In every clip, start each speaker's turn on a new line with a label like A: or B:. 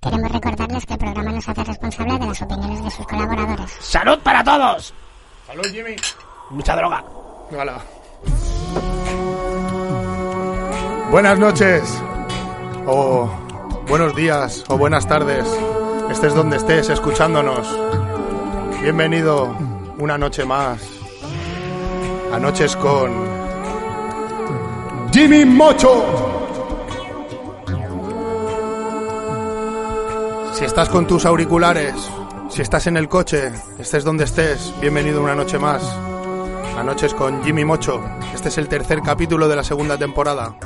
A: Queremos recordarles que el programa no se hace responsable de las opiniones de sus colaboradores.
B: ¡Salud para todos!
C: Salud, Jimmy.
B: Mucha droga.
C: Hola. Buenas noches. Oh. Buenos días o buenas tardes, estés donde estés escuchándonos. Bienvenido una noche más a Noches con Jimmy Mocho. Si estás con tus auriculares, si estás en el coche, estés donde estés, bienvenido una noche más a Noches con Jimmy Mocho. Este es el tercer capítulo de la segunda temporada.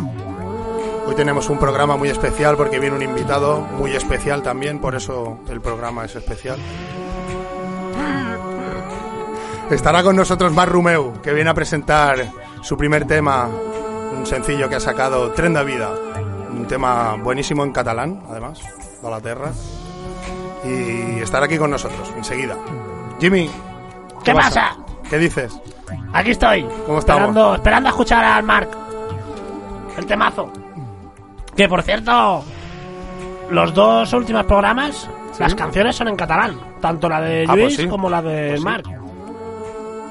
C: Hoy tenemos un programa muy especial porque viene un invitado muy especial también, por eso el programa es especial. Estará con nosotros Mar Rumeu, que viene a presentar su primer tema, un sencillo que ha sacado, Tren de Vida. Un tema buenísimo en catalán, además, de la tierra. Y estará aquí con nosotros, enseguida. Jimmy.
B: ¿Qué, pasa?
C: ¿Qué dices?
B: Aquí estoy.
C: ¿Cómo estamos?
B: esperando, esperando a escuchar al Mark. El temazo. Que por cierto, los dos últimos programas, las canciones son en catalán. Tanto la de
C: Ah,
B: Luis
C: pues sí.
B: como la de
C: Pues sí.
B: Marc.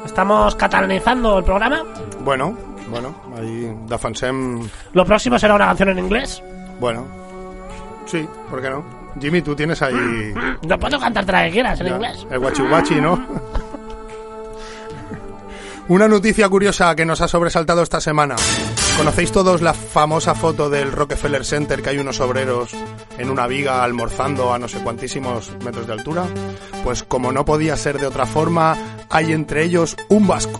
B: Estamos catalanizando el programa.
C: Bueno, bueno, ahí defensem...
B: Lo próximo será una canción en inglés.
C: Bueno, sí, ¿por qué no? Jimmy, tú tienes ahí...
B: No puedo cantarte la que quieras en
C: Ya,
B: inglés.
C: El guachi ¿no? Una noticia curiosa que nos ha sobresaltado esta semana. ¿Conocéis todos la famosa foto del Rockefeller Center que hay unos obreros en una viga almorzando a no sé cuantísimos metros de altura? Pues como no podía ser de otra forma, hay entre ellos un vasco.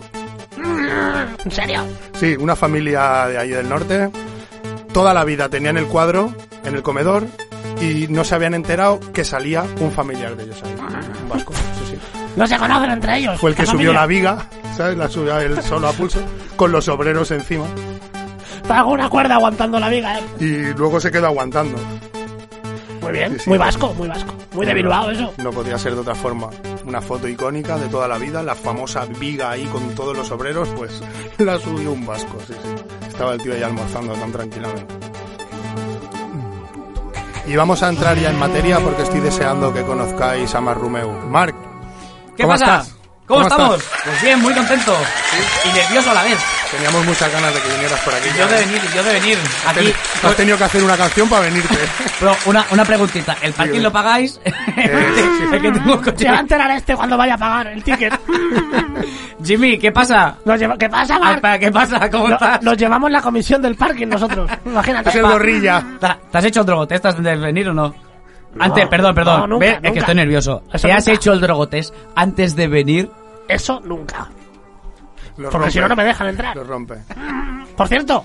B: ¿En serio?
C: Sí, una familia de ahí del norte. Toda la vida tenían el cuadro en el comedor y no se habían enterado que salía un familiar de ellos ahí. Un vasco, sí, sí.
B: No se conocen entre ellos.
C: Fue el que
B: la
C: subió la
B: familia.
C: viga, ¿sabes? La subió él solo a pulso, con los obreros encima.
B: Trago una cuerda aguantando la viga, eh.
C: Y luego se quedó aguantando.
B: Muy bien.
C: Sí, sí.
B: Muy vasco, muy vasco. Muy de Bilbao eso.
C: No podía ser de otra forma. Una foto icónica de toda la vida, la famosa viga ahí con todos los obreros, pues la subió un vasco, sí, sí. Estaba el tío ahí almorzando tan tranquilamente. Y vamos a entrar ya en materia porque estoy deseando que conozcáis a Mar Rumeu. Marc,
D: ¿Qué
C: ¿Cómo
D: pasa?
C: estás? ¿Cómo
D: ¿Cómo, estamos?
C: estás?
D: Pues bien, muy contento y nervioso a la vez.
C: teníamos muchas ganas de que vinieras por aquí.
D: Yo de venir, yo de venir. Aquí,
C: Has tenido que hacer una canción para venirte.
D: Pero una, una preguntita. ¿El
C: Sí,
D: parking
C: eh.
D: lo pagáis?
C: sí.
D: Es que tengo
B: Se
D: coche.
B: va a enterar este cuando vaya a pagar el ticket.
D: Jimmy, ¿qué pasa?
B: Nos lleva- ¿Qué pasa,
D: Ay,
B: Marc?
D: espera, ¿Qué pasa? ¿Cómo
B: No-
D: estás?
B: nos llevamos la comisión del parking nosotros. Imagínate.
C: Es el gorrilla.
D: ¿Te te has hecho el drogotest antes de venir o no? Antes, perdón, perdón.
B: no, nunca,
D: Ve, Es
B: nunca.
D: que estoy nervioso.
B: Eso
D: ¿Te has
B: nunca.
D: hecho el drogotest antes de venir?
B: Eso nunca.
C: Los
B: Porque si no, no me dejan entrar.
C: Los rompe.
B: Por cierto,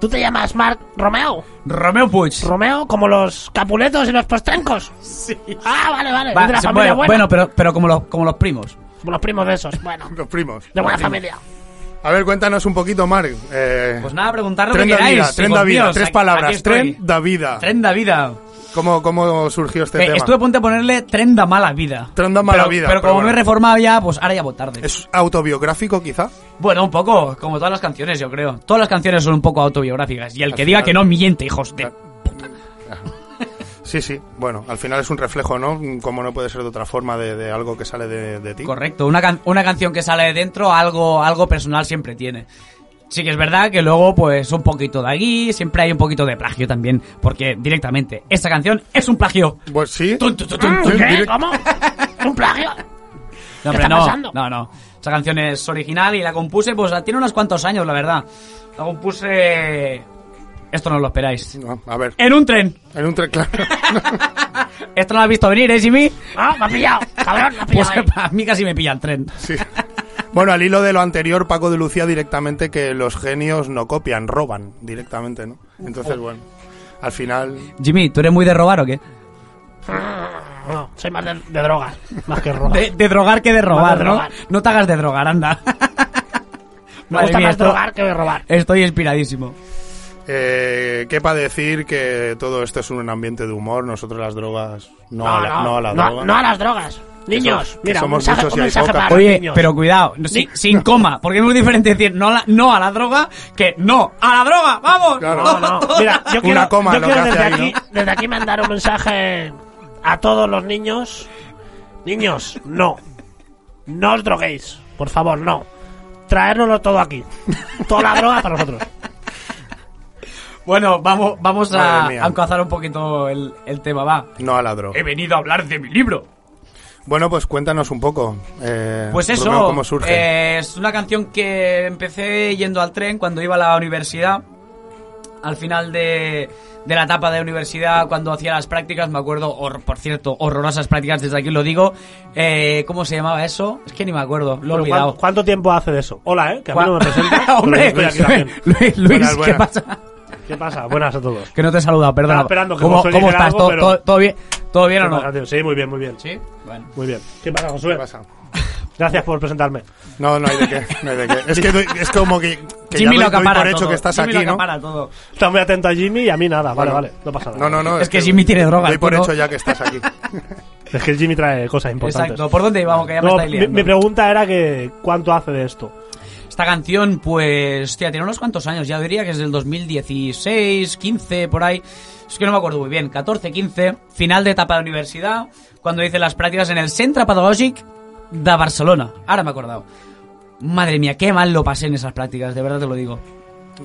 B: tú te llamas Marc Romeo.
D: Romeo Puig.
B: Romeo, como los capuletos y los postrencos. Sí. Ah, vale, vale.
D: Va,
B: es de la
D: sí,
B: familia
D: bueno,
B: buena.
D: bueno, pero, pero como, los, como los primos.
B: Los primos de esos, bueno.
C: Los primos.
B: De buena familia.
C: A ver, cuéntanos un poquito, Marc. Eh,
D: Pues nada, preguntad lo
C: tren
D: que
C: de
D: queráis.
C: vida, tren
D: hijos
C: de vida,
D: míos.
C: tres
D: Aquí- aquí
C: palabras.
D: estoy.
C: Tren de vida.
D: Tren de vida.
C: ¿Cómo, ¿Cómo surgió este
D: Eh,
C: tema?
D: estuve a punto de ponerle tren da mala vida.
C: Tren da mala
D: Pero-
C: vida,
D: Pero
C: pero
D: como
C: bueno.
D: me he reformado ya, pues ahora ya voy tarde.
C: ¿Es autobiográfico, quizá?
D: Bueno, un poco, como todas las canciones, yo creo. Todas las canciones son un poco autobiográficas. Y el que
C: Al
D: diga
C: final-
D: que no, miente, hijos de...
C: Sí, sí. Bueno, al final es un reflejo, ¿no? Como no puede ser de otra forma de, de algo que sale de, de ti.
D: Correcto, una, can- una canción que sale de dentro, algo, algo personal siempre tiene. Sí que es verdad que luego, pues, un poquito de aquí, siempre hay un poquito de plagio también. Porque, directamente, esta canción es un plagio.
C: Pues sí.
D: Tun, tun, tun, tun,
C: Sí,
D: tun.
B: Mm, ¿Qué?
C: directo.
B: ¿Cómo? ¿Un plagio?
D: No,
B: ¿Qué
D: pero
B: está
D: no,
B: pasando?
D: no, no. Esa canción es original y la compuse, pues la tiene unos cuantos años, la verdad. La compuse. Esto no os lo esperáis.
C: No, a ver.
D: En un tren.
C: En un tren, claro.
D: Esto no lo has visto venir, ¿eh, Jimmy?
B: Ah, me ha pillado. Cabrón, me ha
D: Pues
B: pillado. ahí.
D: a mí casi me pilla el tren.
C: Sí. Bueno, al hilo de lo anterior, Paco de Lucía directamente que los genios no copian,
D: Oh.
C: roban directamente, ¿no? Entonces, bueno, al final
D: Jimmy, ¿tú eres muy de robar o qué?
A: Soy más de, de drogas, más que robar.
D: De, de drogar que de robar,
A: de
D: ¿no?
A: drogar.
D: No te hagas de drogar, anda.
A: Me gusta
D: Madre mía,
A: más
D: esto-
A: drogar que robar.
D: Estoy inspiradísimo.
C: Eh, ¿Qué para decir que todo esto es un ambiente de humor? Nosotros las drogas. No, a, la, no a la droga.
A: no a las drogas. Niños,
C: que
A: mira, un
C: somos
A: mensaje,
C: muchos y
A: un
C: hay
A: mensaje
C: pocas.
A: para los
D: Oye,
A: niños.
D: pero cuidado, no, sin, sin coma, porque es muy diferente decir no a la, no a la droga que no a la droga, vamos.
C: Claro.
A: No, no, mira, yo
C: Una
A: quiero,
C: coma,
A: yo
C: lo
A: quiero
C: que hace
A: desde,
C: ahí,
A: aquí,
C: ¿no?
A: desde aquí mandar un mensaje a todos los niños. Niños, no. No os droguéis, por favor, no. Traérnoslo todo aquí. Toda la droga para nosotros.
D: Bueno, vamos, vamos a,
C: Madre mía.
D: a encauzar un poquito el, el tema, va.
C: No a la droga.
D: He venido a hablar de mi libro.
C: Bueno, pues cuéntanos un poco. eh,
D: Pues eso,
C: Romeo, ¿Cómo surge?
D: eh, es una canción que empecé yendo al tren cuando iba a la universidad. Al final de, de la etapa de universidad, cuando hacía las prácticas, me acuerdo, hor- por cierto, horrorosas prácticas, desde aquí lo digo. Eh, ¿Cómo se llamaba eso? Es que ni me acuerdo, lo he
A: Pero ¿cuán-
D: olvidado.
A: ¿Cuánto tiempo hace de eso? Hola, ¿eh? Que a mí no me presenta.
D: Hombre, pues,
A: Estoy aquí también.
D: Luis, Luis,
C: Buenas,
D: ¿qué
C: buenas.
D: pasa?
A: ¿Qué pasa? Buenas a todos.
D: Que no te he saludado, perdona.
A: Estaba esperando que
D: ¿Cómo,
A: José
D: cómo
A: dijera
D: estás?
A: algo,
D: ¿Todo,
A: pero-
D: todo, todo bien, ¿Todo bien o
A: ¿Qué
D: no?
A: pasa, tío? Sí, muy bien, muy bien.
D: Sí, bueno.
A: Muy bien. ¿Qué pasa, Josué?
C: ¿Qué pasa?
A: Gracias por presentarme.
C: No, no hay de qué. No hay de qué. Es que doy- es como que, que ya
D: Jimmy
C: doy-
D: lo
C: doy
D: acapara
C: por hecho
D: todo.
C: que estás
D: Jimmy
C: aquí,
D: lo
C: ¿no?
D: acapara todo.
A: Está muy atento a Jimmy y a mí nada. Vale,
C: Bueno.
A: vale. No pasa nada.
C: No, no, no.
D: Es que Jimmy tiene drogas,
C: Doy por
D: tú no.
C: hecho ya que estás aquí.
A: Es que el Jimmy trae cosas importantes.
D: Exacto. ¿Por dónde íbamos? Que ya me
A: No,
D: estáis
A: mi,
D: liando.
A: mi pregunta era que ¿cuánto hace de esto?
D: Esta canción, pues, hostia, tiene unos cuantos años, ya diría que es del 2016, 15, por ahí. Es que no me acuerdo muy bien, 14, 15, final de etapa de universidad, cuando hice las prácticas en el Centre Pedagògic de Barcelona. Ahora me he acordado. Madre mía, qué mal lo pasé en esas prácticas, de verdad te lo digo.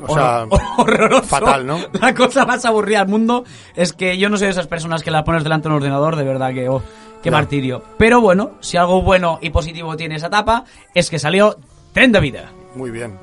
C: O sea,
D: Horror- horroroso.
C: fatal, ¿no?
D: La cosa más aburrida del mundo es que yo no soy de esas personas que las pones delante de un ordenador, de verdad que, oh, qué
C: No.
D: martirio. Pero bueno, si algo bueno y positivo tiene esa etapa, es que salió Tren de Vida.
C: muy bien.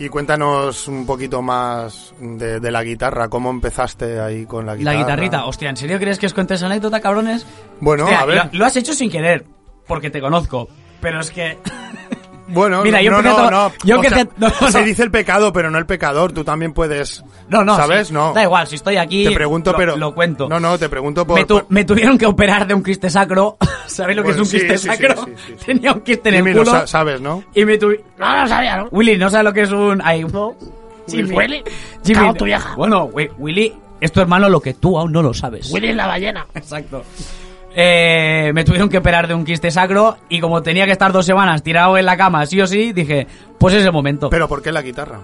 C: Y cuéntanos un poquito más de, de la guitarra. ¿Cómo empezaste ahí con la
D: La
C: guitarra?
D: guitarrita, hostia, ¿en serio crees que os cuente esa anécdota, cabrones?
C: Bueno,
D: Hostia,
C: a ver.
D: Lo, lo has hecho sin querer, porque te conozco. Pero es que.
C: Bueno,
D: Mira, yo
C: no,
D: empecé a
C: no,
D: to-
C: no.
D: yo
C: O
D: empecé-
C: sea,
D: no,
C: Se
D: no.
C: dice el pecado, pero no el pecador. Tú también puedes.
D: No, no.
C: ¿Sabes?
D: sí,
C: no.
D: Da igual, si estoy aquí.
C: Te pregunto,
D: lo-
C: pero.
D: Lo cuento.
C: No, no, te pregunto por.
D: me, tu-
C: por-
D: me tuvieron que operar de un quiste sacro. ¿Sabéis lo que
C: Bueno,
D: es un
C: sí,
D: quiste
C: sí, sí,
D: sacro?
C: sí, sí, sí.
D: Tenía un quiste en
C: Jimmy,
D: el
C: lo
D: culo.
C: sa- sabes, ¿no?
D: y me tuve.
A: No, no lo sabía, ¿no?
D: Willy, ¿no sabes lo que es un. Ay, no. Jimmy.
A: Willy.
D: Jimmy.
A: Cago tu vieja.
D: Bueno, Wi- Willy, es tu hermano lo que tú aún no lo sabes.
A: Willy es la ballena.
D: Exacto. Eh, me tuvieron que operar de un quiste sacro y como tenía que estar dos semanas tirado en la cama, sí o sí, dije, pues es el momento.
C: Pero ¿por qué la guitarra?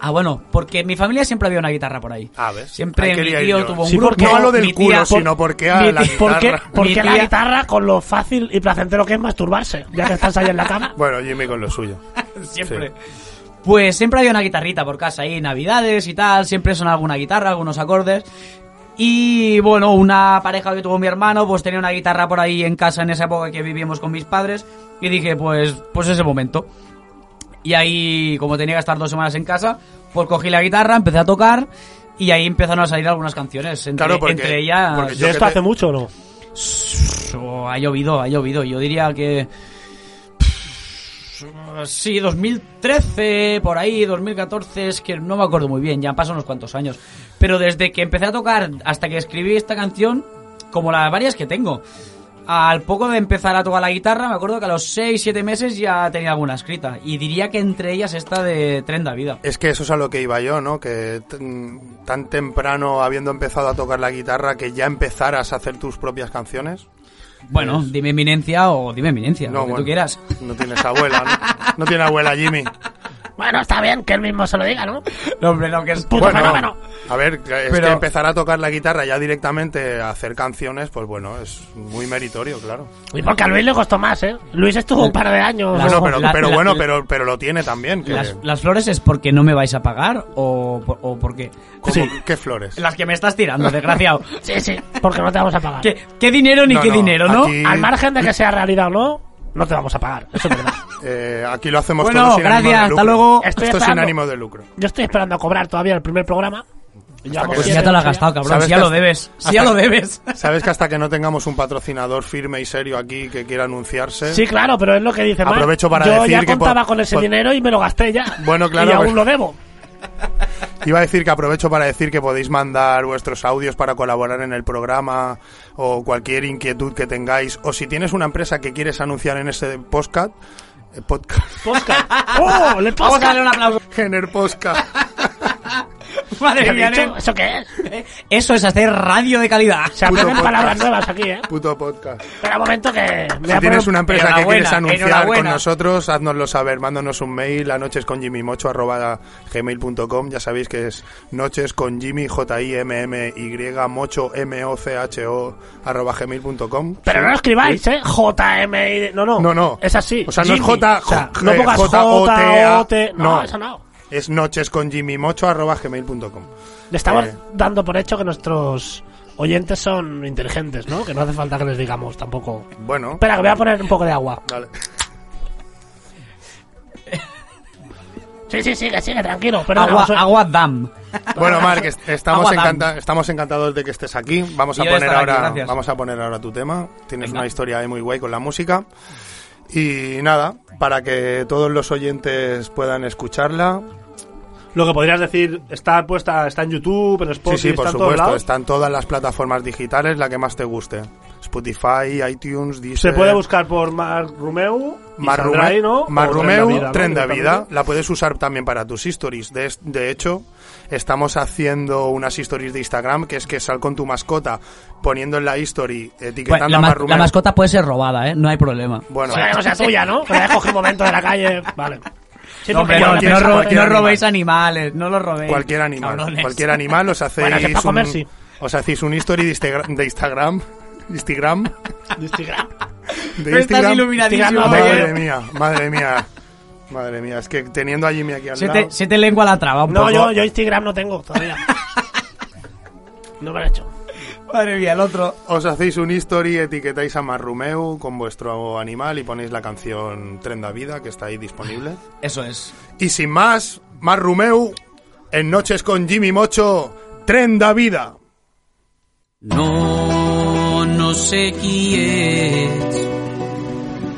D: ah, bueno, porque en mi familia siempre había una guitarra por ahí.
C: A ver.
D: Siempre
C: Ah, ahí
D: mi
C: quería ir
D: tío
C: yo. ¿eh?
D: tuvo un
A: Sí,
D: grupo.
A: porque-
C: No a lo del
D: mi
C: culo,
D: tía-
C: sino porque a
D: mi
C: la
D: tía-
A: ¿Por qué,
C: Guitarra.
A: por
D: Mi
A: qué la
D: tía-
A: guitarra con lo fácil y placentero que es masturbarse? Ya que estás ahí en la cama.
C: Bueno, Jimmy con lo suyo.
D: siempre. Pues siempre había una guitarrita por casa ahí, navidades y tal, siempre sonaba alguna guitarra, algunos acordes. Y bueno, una pareja que tuvo mi hermano, pues tenía una guitarra por ahí en casa en esa época que vivíamos con mis padres. Y dije, pues, pues ese momento. Y ahí, como tenía que estar dos semanas en casa, pues cogí la guitarra, empecé a tocar. Y ahí empezaron a salir algunas canciones. Entre,
C: Claro, porque-
D: entre ellas.
C: porque Yo
A: ¿De
C: que
A: esto
C: te-
A: hace mucho o no?
D: Oh, ha llovido, ha llovido. Yo diría que. Sí, 2013, por ahí, 2014, es que no me acuerdo muy bien, ya han pasado unos cuantos años. Pero desde que empecé a tocar hasta que escribí esta canción, como las varias que tengo, al poco de empezar a tocar la guitarra, me acuerdo que a los 6, 7 meses ya tenía alguna escrita. Y diría que entre ellas esta de Tren de Vida.
C: Es que eso es a lo que iba yo, ¿no? Que tan tan temprano, habiendo empezado a tocar la guitarra, que ya empezaras a hacer tus propias canciones.
D: Bueno, dime eminencia o dime eminencia, lo que
C: bueno,
D: tú quieras.
C: No tienes abuela, ¿no? No tiene abuela, Jimmy.
A: Bueno, está bien que él mismo se lo diga, ¿no?
D: No, hombre, no, que es
A: Puto fenómeno.
C: a ver, es
D: Pero-
C: que empezar a tocar la guitarra ya directamente a hacer canciones, pues bueno, es muy meritorio, claro.
A: Y porque a Luis le costó más, ¿eh? Luis estuvo un par de años.
D: Las-
C: Bueno, pero,
D: la-
C: pero
D: la-
C: bueno,
D: la-
C: pero, pero lo tiene también. Que,
D: Las, las flores es porque no me vais a pagar o, por- o porque...
C: ¿cómo-
A: sí.
C: ¿Qué flores?
D: Las que me estás tirando, desgraciado.
A: Sí, sí, porque no te vamos a pagar.
D: ¿Qué, qué dinero ni
C: No,
D: qué
C: no,
D: dinero, no?
C: aquí-
A: Al margen de que sea realidad o no, no te vamos a pagar. Eso es verdad.
C: Eh, aquí lo hacemos
D: Bueno,
C: todo sin
D: gracias,
C: ánimo de
D: hasta
C: lucro.
D: luego.
A: Estoy
C: Esto es sin
A: esperando.
C: ánimo de lucro.
A: Yo estoy esperando a cobrar todavía el primer programa. Y llevamos
C: que-
D: Pues
A: siete,
D: ya te lo has
A: ocho
D: gastado, cabrón.
C: Sabes
D: Si ya
C: que
D: lo
C: hasta-
D: debes. Si ya
C: hasta-
D: lo debes.
C: Sabes que hasta que no tengamos un patrocinador firme y serio aquí que quiera anunciarse.
A: Sí, claro, pero es lo que dice Marc.
C: Aprovecho para
A: Yo
C: decir
A: ya
C: que
A: contaba
C: po-
A: con ese
C: po-
A: dinero y me lo gasté ya.
C: Bueno, claro,
A: Y aún
C: pues-
A: lo debo.
C: Iba a decir que aprovecho para decir que podéis mandar vuestros audios para colaborar en el programa o cualquier inquietud que tengáis. O si tienes una empresa que quieres anunciar en este podcast, eh, podcast,
A: Posca. ¡Oh!
E: Vamos
A: ¡Le
E: a
A: posca!
E: darle un aplauso.
C: en el podcast.
A: ¿Qué
E: Madre
A: he
E: mía,
A: dicho?
E: Nen.
A: ¿Eso qué es?
E: Eso es hacer radio de calidad.
A: Se
C: Puto
A: aprenden
C: podcast.
A: palabras nuevas aquí, ¿eh?
C: Puto podcast.
A: Espera un momento que... me voy a
C: Si tienes
A: poner-
C: una empresa que
E: enhorabuena,
C: quieres anunciar con
E: enhorabuena.
C: nosotros, haznoslo saber, mándanos un mail a noches con Jimmy gmail.com. Ya sabéis que es noches con Jimmy J I M M Y mocho M O C H O arroba gmail.com.
A: Pero no lo escribáis, ¿eh? JMI... No, no.
C: No, no.
A: Es así.
C: O sea, no es
A: Jimmy.
C: J,
A: O sea,
C: J-
A: no pongas
C: J-
A: J,
C: O, T, A.
A: O, T... No,
C: No.
A: Ah, eso no.
C: Es noches con Jimmy mocho arroba gmail.com.
A: Le estamos
C: Eh.
A: dando por hecho que nuestros oyentes son inteligentes, ¿no? Que no hace falta que les digamos tampoco.
C: Bueno,
A: Espera, que voy a poner un poco de agua.
C: dale.
A: Sí, sí, sigue, sigue, tranquilo. Pero
E: Agua, agua dam.
C: Bueno, Marc, est- estamos,
E: Agua dam.
C: encanta- estamos encantados de que estés aquí. Vamos a,
E: Y yo de
C: poner
E: estar aquí,
C: ahora,
E: gracias.
C: vamos a poner ahora tu tema. Tienes
E: Venga.
C: una historia ahí muy guay con la música. Y nada, para que todos los oyentes puedan escucharla.
B: Lo que podrías decir, está puesta, está en YouTube, en Spotify,
C: Sí, sí, por
B: está en todos
C: supuesto.
B: lados.
C: Están todas las plataformas digitales, la que más te guste. Spotify, iTunes,
B: Se
C: Deezer...
B: puede buscar por Mar Rumeu, y
C: Mar
B: saldrá ahí, ¿no?
C: Romeu, Mar
B: O
C: Romeu,
B: Tren de Vida, ¿no?
C: Tren de Vida.
B: Directamente.
C: La puedes usar también para tus stories. De, de hecho, estamos haciendo unas stories de Instagram que es que sal con tu mascota poniendo en la story etiquetando
E: Bueno, la,
C: a
E: ma-
C: Mar Romeu.
E: la mascota puede ser robada, ¿eh? No hay problema.
C: Bueno,
A: O sea, que no sea tuya, ¿no? Que la he cogido un momento de la calle. Vale. Sí,
E: No,
A: porque
E: hombre, no,
A: yo-
E: no
C: tienes a
E: ro-
C: cualquier
E: no
C: animal.
E: robéis animales, no los robéis.
C: cualquier animal.
E: cabrones.
C: Cualquier animal os hacéis,
A: Bueno, que para comer, sí.
C: os hacéis un story de, Instagram- de Instagram. Instagram.
A: Instagram.
C: De
E: Pero estás
C: Instagram.
E: iluminadísimo,
A: Instagram,
E: Miguel.
C: Madre mía, madre mía. Madre mía, es que teniendo a Jimmy aquí al
E: Se
C: lado...
E: te, se te lengua la traba un
A: No,
E: poco.
A: yo, yo Instagram no tengo todavía. No me lo he hecho.
E: Madre mía, el otro.
C: Os hacéis un history, etiquetáis a Marrumeu con vuestro animal y ponéis la canción Tren de Vida que está ahí disponible.
E: Eso es.
C: Y sin más, Marrumeu en Noches con Jimmy Mocho, Tren de Vida.
D: No, no sé qui ets.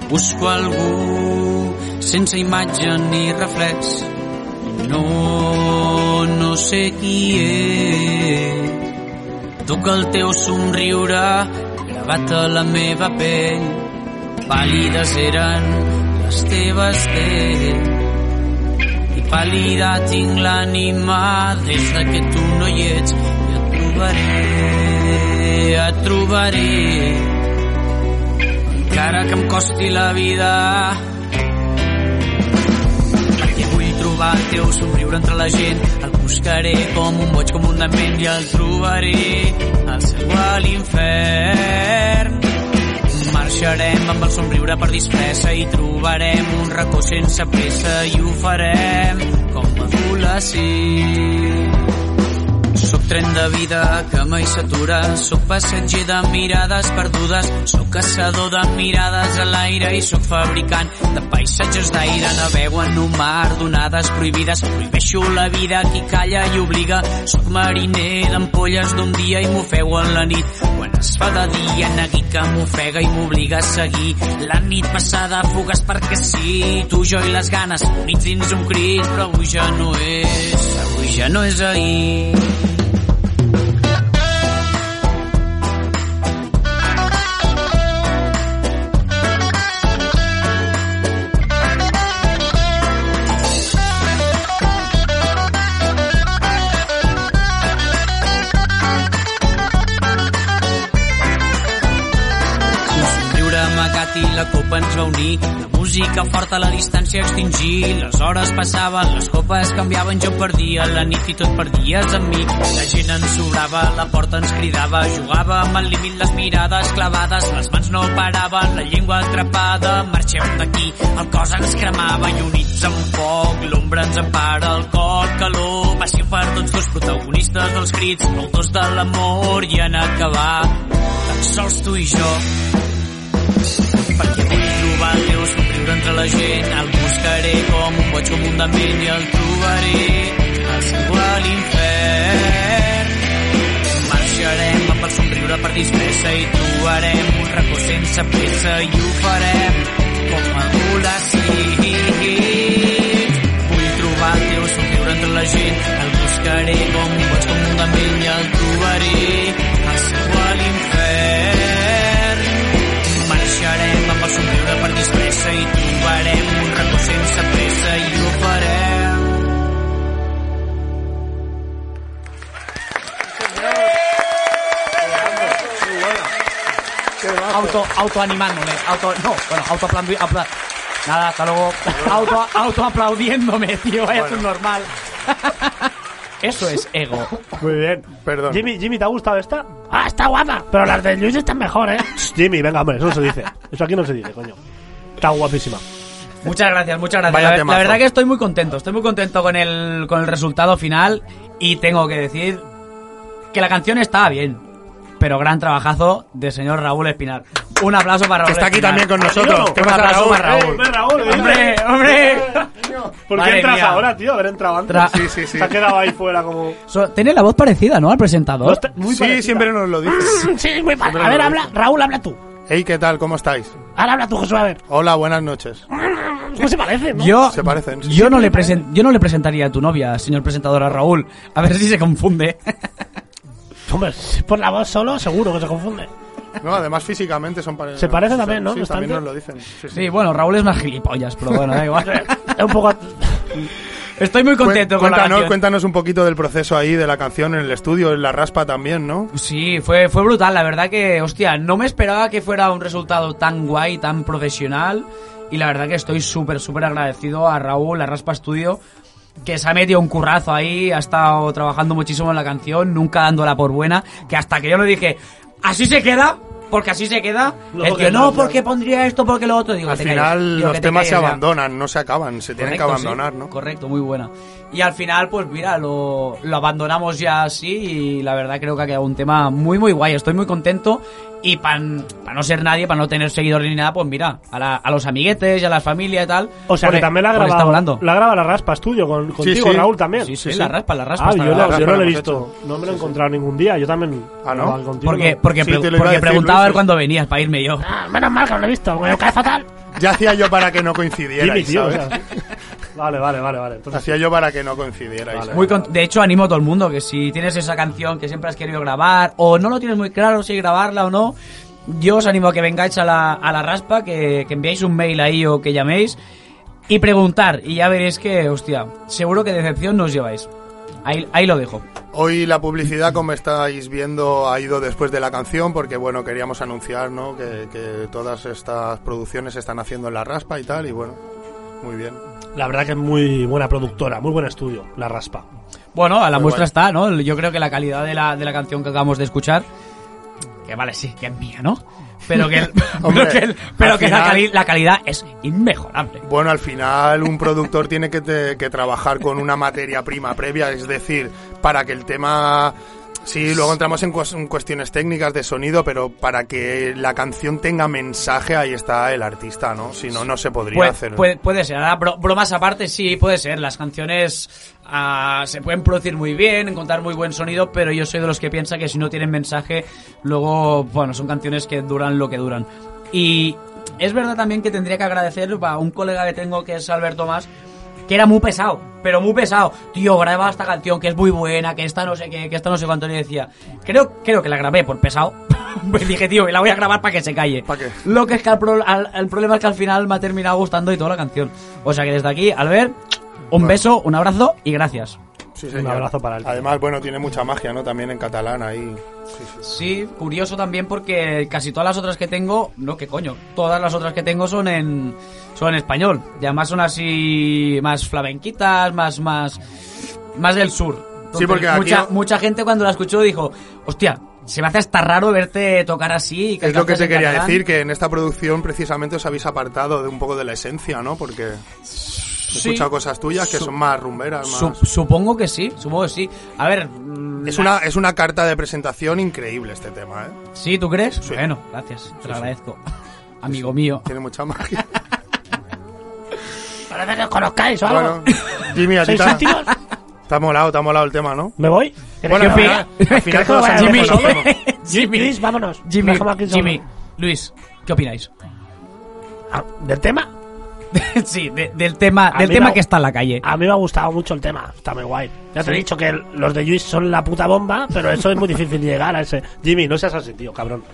D: Busco algú sense imatge ni reflex. No, no sé qui ets. Duc el teu somriure gravat a la meva pell. Pàl·lides eren les teves dents. I pàl·lida tinc l'ànima des de que tu no hi ets. I et trobaré, et trobaré. Encara que em costi la vida, perquè vull trobar el teu somriure entre la gent. El buscaré com un boig, com un dement, i el trobaré al cel o a l'infern. Marxarem amb el somriure per disfressa i trobarem un racó sense pressa i ho farem com a adolescents. Soc tren de vida que mai s'atura, soc passatger de mirades perdudes, soc caçador de mirades a l'aire i soc fabricant de paisatges d'aire. Navego en un mar d'onades prohibides, prohibeixo la vida a qui calla i obliga. Soc mariner d'ampolles d'un dia i m'ofego en la nit. Quan es fa de dia, neguit que m'ofega i m'obliga a seguir. La nit passada fugues perquè sí, tu, jo i les ganes, units dins un crit, però avui ja no és, avui ja no és ahir. Un somriure amagat i la copa ens va unir. La música forta la distància extingí. Les hores passaven, les copes canviaven, jo perdia la nit i tot perdies amb mi. La gent ens sobrava, la porta ens cridava, jugava amb el límit, les mirades clavades, les mans no paraven, la llengua atrapada, marxem d'aquí. El cos ens cremava i units en foc, l'ombra ens empara, el cor calor, passió per tots dos protagonistes dels crits, autors de l'amor i en acabar, tan sols tu i jo perquè vull trobar el teu somriure entre la gent. El buscaré com un boig, com un dement i el trobaré al seu a l'infern. Marxarem amb el somriure per disfressa i trobarem un racó sense pressa i ho farem com a adolescents. Vull trobar el teu somriure entre la
F: la gent. El buscaré com un boig, com un dement i el trobaré al seu a l'infern. Marxarem amb el somriure per dispressa i trobarem un racó sense pressa i ho farem.
D: Auto, autoanimándome. Auto, no, bueno, autoaplaudiéndome. Nada, hasta luego. Auto, autoaplaudiéndome, tío. Vaya
C: Bueno.
D: normal. Eso es ego.
B: Muy bien.
C: Perdón.
B: Jimmy, Jimmy, ¿te ha gustado esta?
A: Ah, está guapa, pero las de Luis están mejor, ¿eh?
B: Jimmy, venga, hombre, eso no se dice. Eso aquí no se dice, coño. Está guapísima.
D: Muchas gracias, muchas gracias.
C: Vaya
D: La ver- la,
C: temazo.
D: verdad que estoy muy contento, estoy muy contento con el, con el resultado final y tengo que decir que la canción estaba bien, pero gran trabajazo de señor Raúl Espinar. Un aplauso para Raúl
C: Que está aquí
D: Espinar.
C: también con nosotros.
D: Un aplauso para Raúl.
B: Hombre, Raúl, ¿eh?
D: Hombre, hombre.
B: ¿Por
D: Madre
B: qué entras
D: mía.
B: ahora, tío? Haber entrado antes.
D: Tra-
C: Sí, sí, sí.
B: Se ha quedado ahí fuera como...
D: So- tiene la voz parecida, ¿no? Al presentador.
B: Muy
C: sí,
B: parecida.
C: siempre nos lo dices.
A: Sí, muy mal. A ver, habla, Raúl, habla tú.
C: Hey, ¿qué tal? ¿Cómo estáis?
A: Ahora habla tú, Jesús, a ver.
C: Hola, buenas noches.
A: ¿Cómo se parece, no?
D: Yo,
C: Se parecen, sí,
D: yo, no le presen- yo no le presentaría a tu novia, señor presentador, a Raúl. A ver si se confunde.
A: Hombre, si por la voz solo, seguro que se confunde.
C: No, además físicamente son parecidos.
A: Se parece también, ¿no?
C: Sí,
A: Bastante.
C: también nos lo dicen. Sí, sí.
D: Sí, bueno, Raúl es más gilipollas, pero bueno, da igual.
A: Es un poco...
D: Estoy muy
C: Cuen-
D: contento con la
C: cuéntanos,
D: canción.
C: cuéntanos un poquito del proceso ahí de la canción en el estudio, en la raspa también, ¿no?
D: Sí, fue, fue brutal, la verdad que, hostia, no me esperaba que fuera un resultado tan guay, tan profesional. Y la verdad que estoy súper, súper agradecido a Raúl, a Raspa Studio, que se ha metido un currazo ahí, ha estado trabajando muchísimo en la canción, nunca dándola por buena, que hasta que yo le dije, así se queda, porque así se queda.
B: No,
D: el tío,
B: que
D: no,
B: no, claro.
D: porque pondría esto, porque lo otro. Digo,
C: Al
D: "Te calles".
C: final
D: Digo, "Que
C: los
D: te
C: temas se
D: calles ya".
C: abandonan, no se acaban, se tienen que
D: Correcto, sí.
C: abandonar, ¿no?
D: Correcto, muy buena. Y al final, pues mira, lo, lo abandonamos ya así y la verdad creo que ha quedado un tema muy, muy guay. Estoy muy contento y para no ser nadie, para no tener seguidores ni nada, pues mira, a, la- a los amiguetes y a las familias y tal.
B: O sea,
D: porque-
B: que también la ha
D: porque está
B: grabado,
D: volando.
B: la graba la raspa tuyo con, contigo,
C: sí.
B: Raúl también.
D: Sí, sí, la raspa, la raspa.
B: Ah,
D: está
B: yo,
D: grabada.
B: no, yo
C: raspa
B: no lo he
C: hemos
B: visto. No me lo he encontrado ningún día. Yo también.
C: Ah, ¿no?
B: grababa contigo,
D: Porque,
B: ¿no?
D: porque,
C: Sí,
D: pre-
C: te lo iba a
D: porque
C: decir,
D: preguntaba a ver
C: Luis,
D: cuándo venías para irme yo.
A: Ah, menos mal que no lo he visto, porque me cae fatal.
C: Ya hacía yo para que no coincidiera,
B: Jimmy, tío. o
C: ¿sabes?
B: sea. Vale, vale, vale, vale. Entonces,
C: Hacía yo para que no coincidierais.
B: Vale.
D: Muy con- de hecho, animo a todo el mundo que si tienes esa canción que siempre has querido grabar o no lo tienes muy claro si grabarla o no, yo os animo a que vengáis a la, a la raspa, que, que enviéis un mail ahí o que llaméis y preguntar. Y ya veréis que, hostia, seguro que decepción no os lleváis. Ahí, ahí lo dejo.
C: Hoy la publicidad, como estáis viendo, ha ido después de la canción porque, bueno, queríamos anunciar, ¿no? Que, que todas estas producciones se están haciendo en la raspa y tal, y bueno, muy bien.
B: la verdad que es muy buena productora, muy buen estudio, la raspa.
D: Bueno, a la
C: Muy
D: muestra
C: guay.
D: está, ¿no? Yo creo que la calidad de la, de la canción que acabamos de escuchar, que vale, sí, que es mía, ¿no? Pero que, el-
C: Hombre,
D: pero que, el- pero
C: al
D: que la,
C: final-
D: cali- la calidad es inmejorable.
C: Bueno, al final un productor tiene que, te- que trabajar con una materia prima previa, es decir, para que el tema... Sí, luego entramos en, cues- en cuestiones técnicas de sonido, pero para que la canción tenga mensaje, ahí está el artista, ¿no? Si no, no se podría
D: Puede,
C: hacer.
D: puede- puede ser, ahora bro- bromas aparte sí, puede ser. Las canciones ah, se pueden producir muy bien, encontrar muy buen sonido, pero yo soy de los que piensa que si no tienen mensaje, luego, bueno, son canciones que duran lo que duran. Y es verdad también que tendría que agradecer a un colega que tengo que es Alberto Más, que era muy pesado, pero muy pesado. Tío, graba esta canción que es muy buena, que esta no sé qué, que esta no sé cuánto. Y decía, creo, creo que la grabé por pesado. pues dije, tío, la voy a grabar para que se calle.
C: ¿Pa' qué?
D: Lo que es que al pro- al- el problema es que al final me ha terminado gustando y toda la canción. O sea que desde aquí, Albert, un beso, un abrazo y gracias.
C: Sí,
B: Un abrazo para él.
C: Además, bueno, tiene mucha magia, ¿no? También en catalán ahí.
D: Sí, curioso también porque casi todas las otras que tengo, no, que coño, todas las otras que tengo son en son en español. Y además son así más flamenquitas, más más más del sur.
C: Sí, porque aquí
D: mucha
C: no-
D: mucha gente cuando la escuchó dijo, "Hostia, se me hace hasta raro verte tocar así." y
C: Es lo que
D: cantes
C: te
D: en
C: quería
D: catalán".
C: decir, que en esta producción precisamente os habéis apartado de un poco de la esencia, ¿no? Porque he
D: Sí.
C: escuchado cosas tuyas que
D: Su-
C: son más rumberas, más...
D: Sup- supongo que sí, supongo que sí. A ver, mm,
C: Es una, es una carta de presentación increíble este tema, ¿eh?
D: ¿sí tú crees? Bueno, gracias, te lo agradezco. Amigo mío.
C: Tiene mucha magia.
A: Parece que os conozcáis
D: Ah.
A: o algo.
C: bueno, Jimmy, a ti
A: ¿Sois
C: te ha-
A: íntimos?
C: te ha molado, te ha molado el tema, ¿no?
B: ¿Me voy?
C: Bueno,
D: que
C: al final- al final
A: ¿Qué
C: todos
A: juega?
C: salimos
D: Jimmy,
C: con algo.
D: Jimmy,
A: Luis, vámonos.
D: Jimmy,
A: Déjame aquí solo.
D: Jimmy, Luis, ¿qué opináis?
A: Ah, ¿Del tema?
D: sí, de- del tema,
A: A
D: del
A: mí
D: tema
A: me ha-
D: que está en la calle.
A: A mí me ha gustado mucho el tema, está muy guay. Ya te he dicho que el- los de Luis son la puta bomba, pero eso es muy difícil llegar a ese. Jimmy, no seas así, tío, cabrón.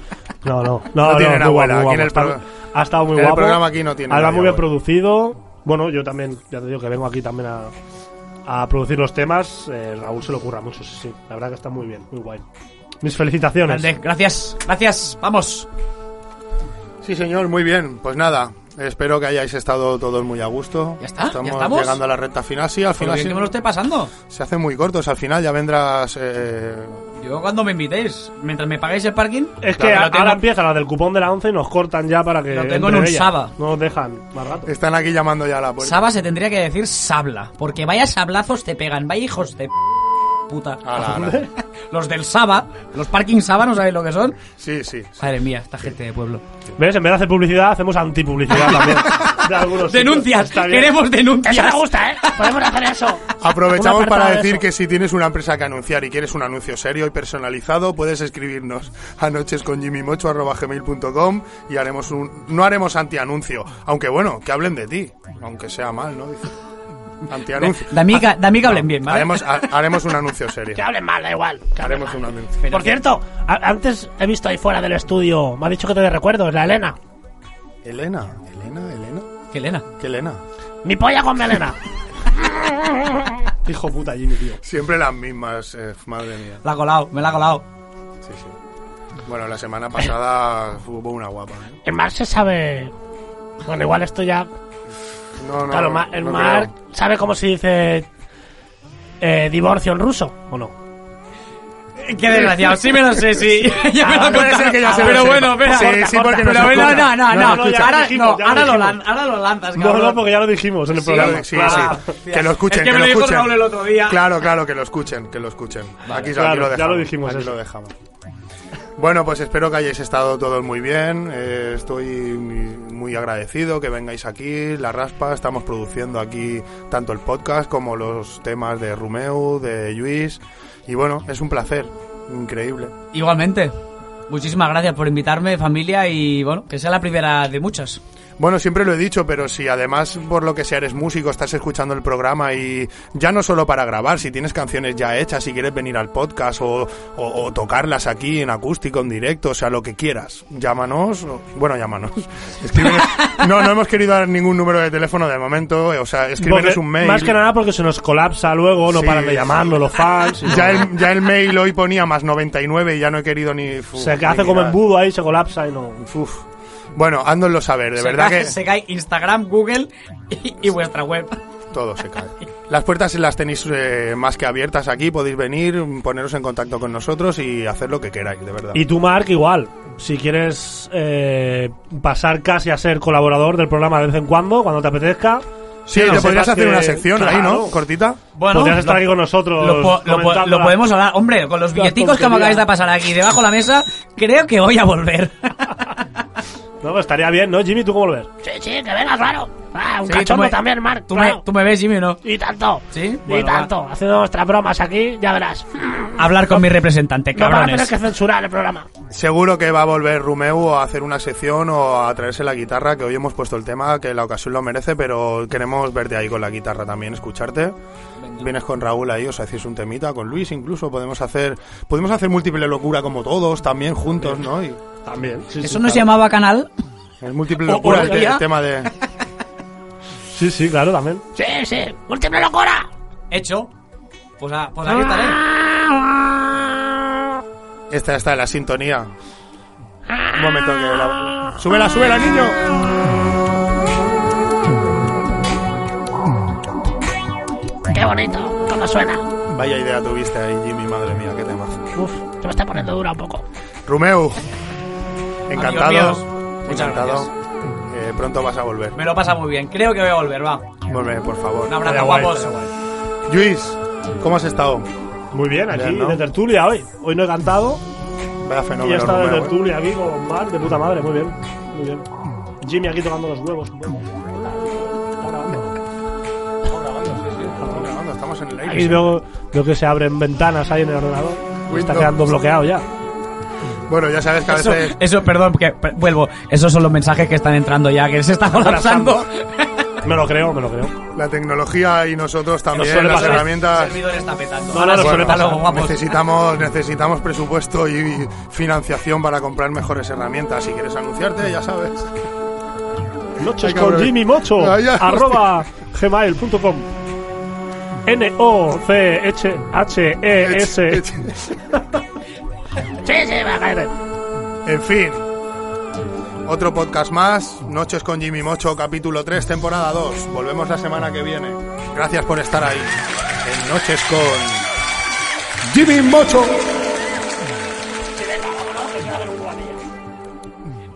A: No, no, no,
C: No tiene nada
B: muy
C: buena,
B: guapo,
C: aquí en el
B: guapo.
C: pro-
B: Está- ha estado muy
C: en el
B: guapo.
C: programa aquí no tiene
B: Ahora
C: nadie
B: muy bien
C: bueno.
B: producido. Bueno, yo también, ya te digo que vengo aquí también a, a producir los temas. Eh, Raúl se lo ocurra mucho, sí, sí. La verdad que está muy bien, muy guay. Mis felicitaciones.
D: Grande, gracias, gracias, vamos.
C: Sí, señor, muy bien. Pues nada, espero que hayáis estado todos muy a gusto.
D: ¿Ya está? ¿Ya
C: Estamos,
D: estamos?
C: llegando a la recta final. Sí, al
D: Lo
C: final
D: bien
C: sí,
D: que me lo esté pasando.
C: se hacen muy cortos. Al final ya vendrás. eh,
D: Yo cuando me invitéis, mientras me pagáis el parking,
B: Es
D: Claro,
B: que
D: lo
B: a-
D: tengo-
B: ahora empieza la del cupón de la 11 y nos cortan ya para que.
D: Lo tengo
B: entre
D: en un
B: ella.
D: Saba.
B: No nos dejan más rato.
C: están aquí llamando ya a la puerta.
D: Saba se tendría que decir sabla, porque vaya sablazos te pegan, vaya hijos de p- puta.
C: Ala, ala.
D: Los del Saba, los parking Saba, no sabéis lo que son.
C: Sí, sí.
D: Madre mía, esta gente de pueblo.
B: ¿Ves? En vez de hacer publicidad, hacemos antipublicidad también. De algunos sitios.
D: Denuncias,
B: Está bien.
D: queremos
A: Eso me
D: denuncias.
A: gusta, ¿eh? Podemos hacer eso.
C: Aprovechamos
A: Un apartado
C: para
A: de
C: decir
A: eso.
C: que si tienes una empresa que anunciar y quieres un anuncio serio y personalizado, puedes escribirnos a nochesconjimimocho@gmail.com y haremos un no haremos antianuncio, aunque bueno, que hablen de ti, aunque sea mal, ¿no? Dice. Antianuncio.
D: De mí que- de mí que hablen bien, ¿vale?
C: Haremos, ha- haremos un anuncio serio.
A: Que hablen mal, da igual. que hablen
C: Haremos
A: mal.
C: un anuncio.
A: Por cierto, a- antes he visto ahí fuera del estudio, me ha dicho que te recuerdo, la Elena.
C: Elena, Elena, Elena,
D: Que Elena.
C: ¿qué Elena?
A: Mi polla con melena.
B: Hijo puta Jimmy, tío.
C: Siempre las mismas, eh, madre mía.
D: La ha colado, me la ha colado.
C: Sí, sí. Bueno, la semana pasada hubo una guapa. ¿eh?
A: El mar se sabe. Bueno, igual esto ya.
C: No, no.
A: claro, ma- el
C: no
A: mar
C: creo.
A: sabe cómo se dice. eh, divorcio en ruso, ¿o no?
D: Qué desgraciado, sí me lo sé, sí. ya me lo
C: Ah,
D: he
C: puede
D: contado.
C: ser que ya se lo
D: pero
C: sepa.
D: bueno, espera.
C: Sí, sí, porque
D: pero
C: nos
D: bueno,
C: escucha.
D: no, no,
C: Nos
D: no.
B: escucha. Ya
D: Ahora,
B: lo dijimos,
D: no,
B: ya lo
D: ahora, lo
B: dijimos.
D: lan- ahora lo lanzas,
B: No,
D: cabrón.
B: no, porque ya lo dijimos en el programa.
C: Sí,
D: claro.
C: sí.
D: Ah,
C: Que lo escuchen,
D: es que
C: lo
D: me lo dijo
C: escuchen.
D: Raúl el otro día.
C: Claro, claro, que lo escuchen, que lo escuchen. aquí,
B: claro,
C: aquí lo
B: ya lo
C: dejamos.
B: dijimos
C: aquí
B: eso.
C: lo dejamos. Bueno, pues espero que hayáis estado todos muy bien. eh, estoy muy agradecido que vengáis aquí. La Raspa, estamos produciendo aquí tanto el podcast como los temas de Rumeu, de Luis. Y bueno, es un placer. Increíble.
D: Igualmente. Muchísimas gracias por invitarme, familia, y bueno, que sea la primera de muchas.
C: Bueno, siempre lo he dicho, pero si además por lo que sea eres músico, estás escuchando el programa y ya no solo para grabar, si tienes canciones ya hechas, si quieres venir al podcast o, o- o tocarlas aquí en acústico, en directo, o sea, lo que quieras, llámanos, o- bueno, llámanos. Escríbenos- no, no hemos querido dar ningún número de teléfono de momento, eh, o sea, escríbenos
B: Porque-
C: un mail.
B: Más que nada porque se nos colapsa luego, no
C: Sí.
B: paran de llamarnos los fans. y
C: Ya
B: no.
C: el, ya el mail hoy ponía más 99 y ya no he querido ni... fu-
B: se
C: ni
B: hace como
C: mirar.
B: embudo ahí, se colapsa y no.
C: Uf. Bueno, háznoslo saber, de
D: se
C: verdad
D: cae,
C: que...
D: se cae Instagram, Google y, y vuestra web.
C: Todo se cae. Las puertas las tenéis eh, más que abiertas aquí, podéis venir, poneros en contacto con nosotros y hacer lo que queráis, de verdad.
B: Y tú, Mark, igual. Si quieres eh, pasar casi a ser colaborador del programa de vez en cuando, cuando te apetezca.
C: sí,
B: que
C: te
B: sepas
C: podrías hacer
B: que-
C: una sección ahí, ¿no?
B: Claro.
C: Cortita.
B: Podrías estar aquí con nosotros
D: Lo, po- lo po-
B: comentando
D: lo
B: la-
D: podemos hablar, hombre, con los
B: la
D: billeticos que me
B: tontería.
D: acabáis de pasar aquí debajo de la mesa, creo que voy a volver.
B: No, pues estaría bien, ¿no, Jimmy? ¿Tú cómo lo ves?
A: Sí, sí, que vengas, claro. Ah, un
D: Sí,
A: cachondo
D: tú me-
A: también, Marc.
D: ¿Tú me,
A: claro.
D: tú me ves, Jimmy, o no?
A: Y tanto.
D: Sí,
A: Y
D: bueno,
A: tanto. Haciendo nuestras bromas aquí, ya verás.
D: Hablar con mi representante,
A: No van a tener
D: cabrones.
A: que censurar el programa.
C: Seguro que va a volver Rumeu a hacer una sección o a traerse la guitarra, que hoy hemos puesto el tema, que la ocasión lo merece, pero queremos verte ahí con la guitarra también, escucharte. Vienes con Raúl ahí, os hacéis un temita, con Luis incluso, podemos hacer, podemos hacer múltiple locura como todos, también juntos, ¿no? Y
B: También. Sí,
D: Eso
B: sí,
D: no se
B: claro.
D: llamaba canal.
C: es múltiple
D: O-
C: locura el,
D: orgía.
C: te- el tema de...
B: Sí, sí, claro, también.
A: Sí, sí. Múltiple locura.
D: Hecho. Pues, a- pues aquí estaré.
C: Esta está la sintonía. Un momento que la... ¡Súbela, súbela, niño!
A: Qué bonito. Cómo suena.
C: Vaya idea tuviste ahí, Jimmy, madre mía, qué tema.
A: Uf, se me está poniendo dura un poco.
C: Rumeu, encantado.
D: míos, muchas
C: Encantado. Eh, pronto vas a volver.
D: Me lo pasa muy bien. Creo que voy a volver, va.
C: Volve, por favor.
D: Un abrazo,
B: Estaría guay,
D: guapos.
B: estaría guay.
C: Luis, ¿cómo has estado?
B: Muy bien, aquí
C: Bien, ¿no?
B: de tertulia hoy. Hoy no he cantado
C: Vaya
B: y ya
C: fenómeno,
B: está de
C: Romeo, ¿eh?
B: tertulia aquí con Mark, de puta madre. Muy bien, muy bien. Jimmy aquí tocando los huevos. Está grabando.
C: Estamos grabando, Estamos en el aire.
B: Aquí veo, veo que se abren ventanas ahí en el ordenador. Está
C: Windows.
B: quedando bloqueado ya.
C: Bueno, ya sabes que a
D: Eso,
C: veces...
D: eso, perdón, que per- vuelvo. Esos son los mensajes que están entrando ya, que se está colapsando.
B: Me lo creo, me lo creo.
C: La tecnología y nosotros también,
B: suele
C: las
B: pasar.
D: El
C: herramientas.
D: servidor está petando.
B: No, no, no,
D: Ahora sí,
B: suele
D: hasta
B: pasar.
D: luego, guapos.
C: Necesitamos, necesitamos presupuesto y financiación para comprar mejores herramientas. Si quieres anunciarte, ya sabes.
B: Noches
C: Ay,
B: con
C: cabrón.
B: Jimmy Mocho,
C: Ay, ya,
B: arroba gmail.com. E
C: E
B: N-O-C-H-H-E-S.
A: Sí, sí, va a caer.
C: En fin. Otro podcast más, Noches con Jimmy Mocho, capítulo 3, temporada 2. Volvemos la semana que viene. Gracias por estar ahí. En Noches con Jimmy Mocho.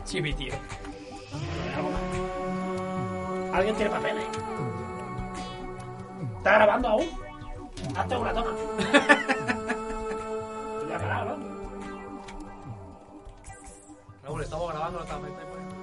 D: Chibi, tío.
A: ¿Alguien tiene papel ahí? ¿Está grabando aún? Hazte una toma. Ya ha parado, ¿no?
D: Raúl, estamos grabando la tablet.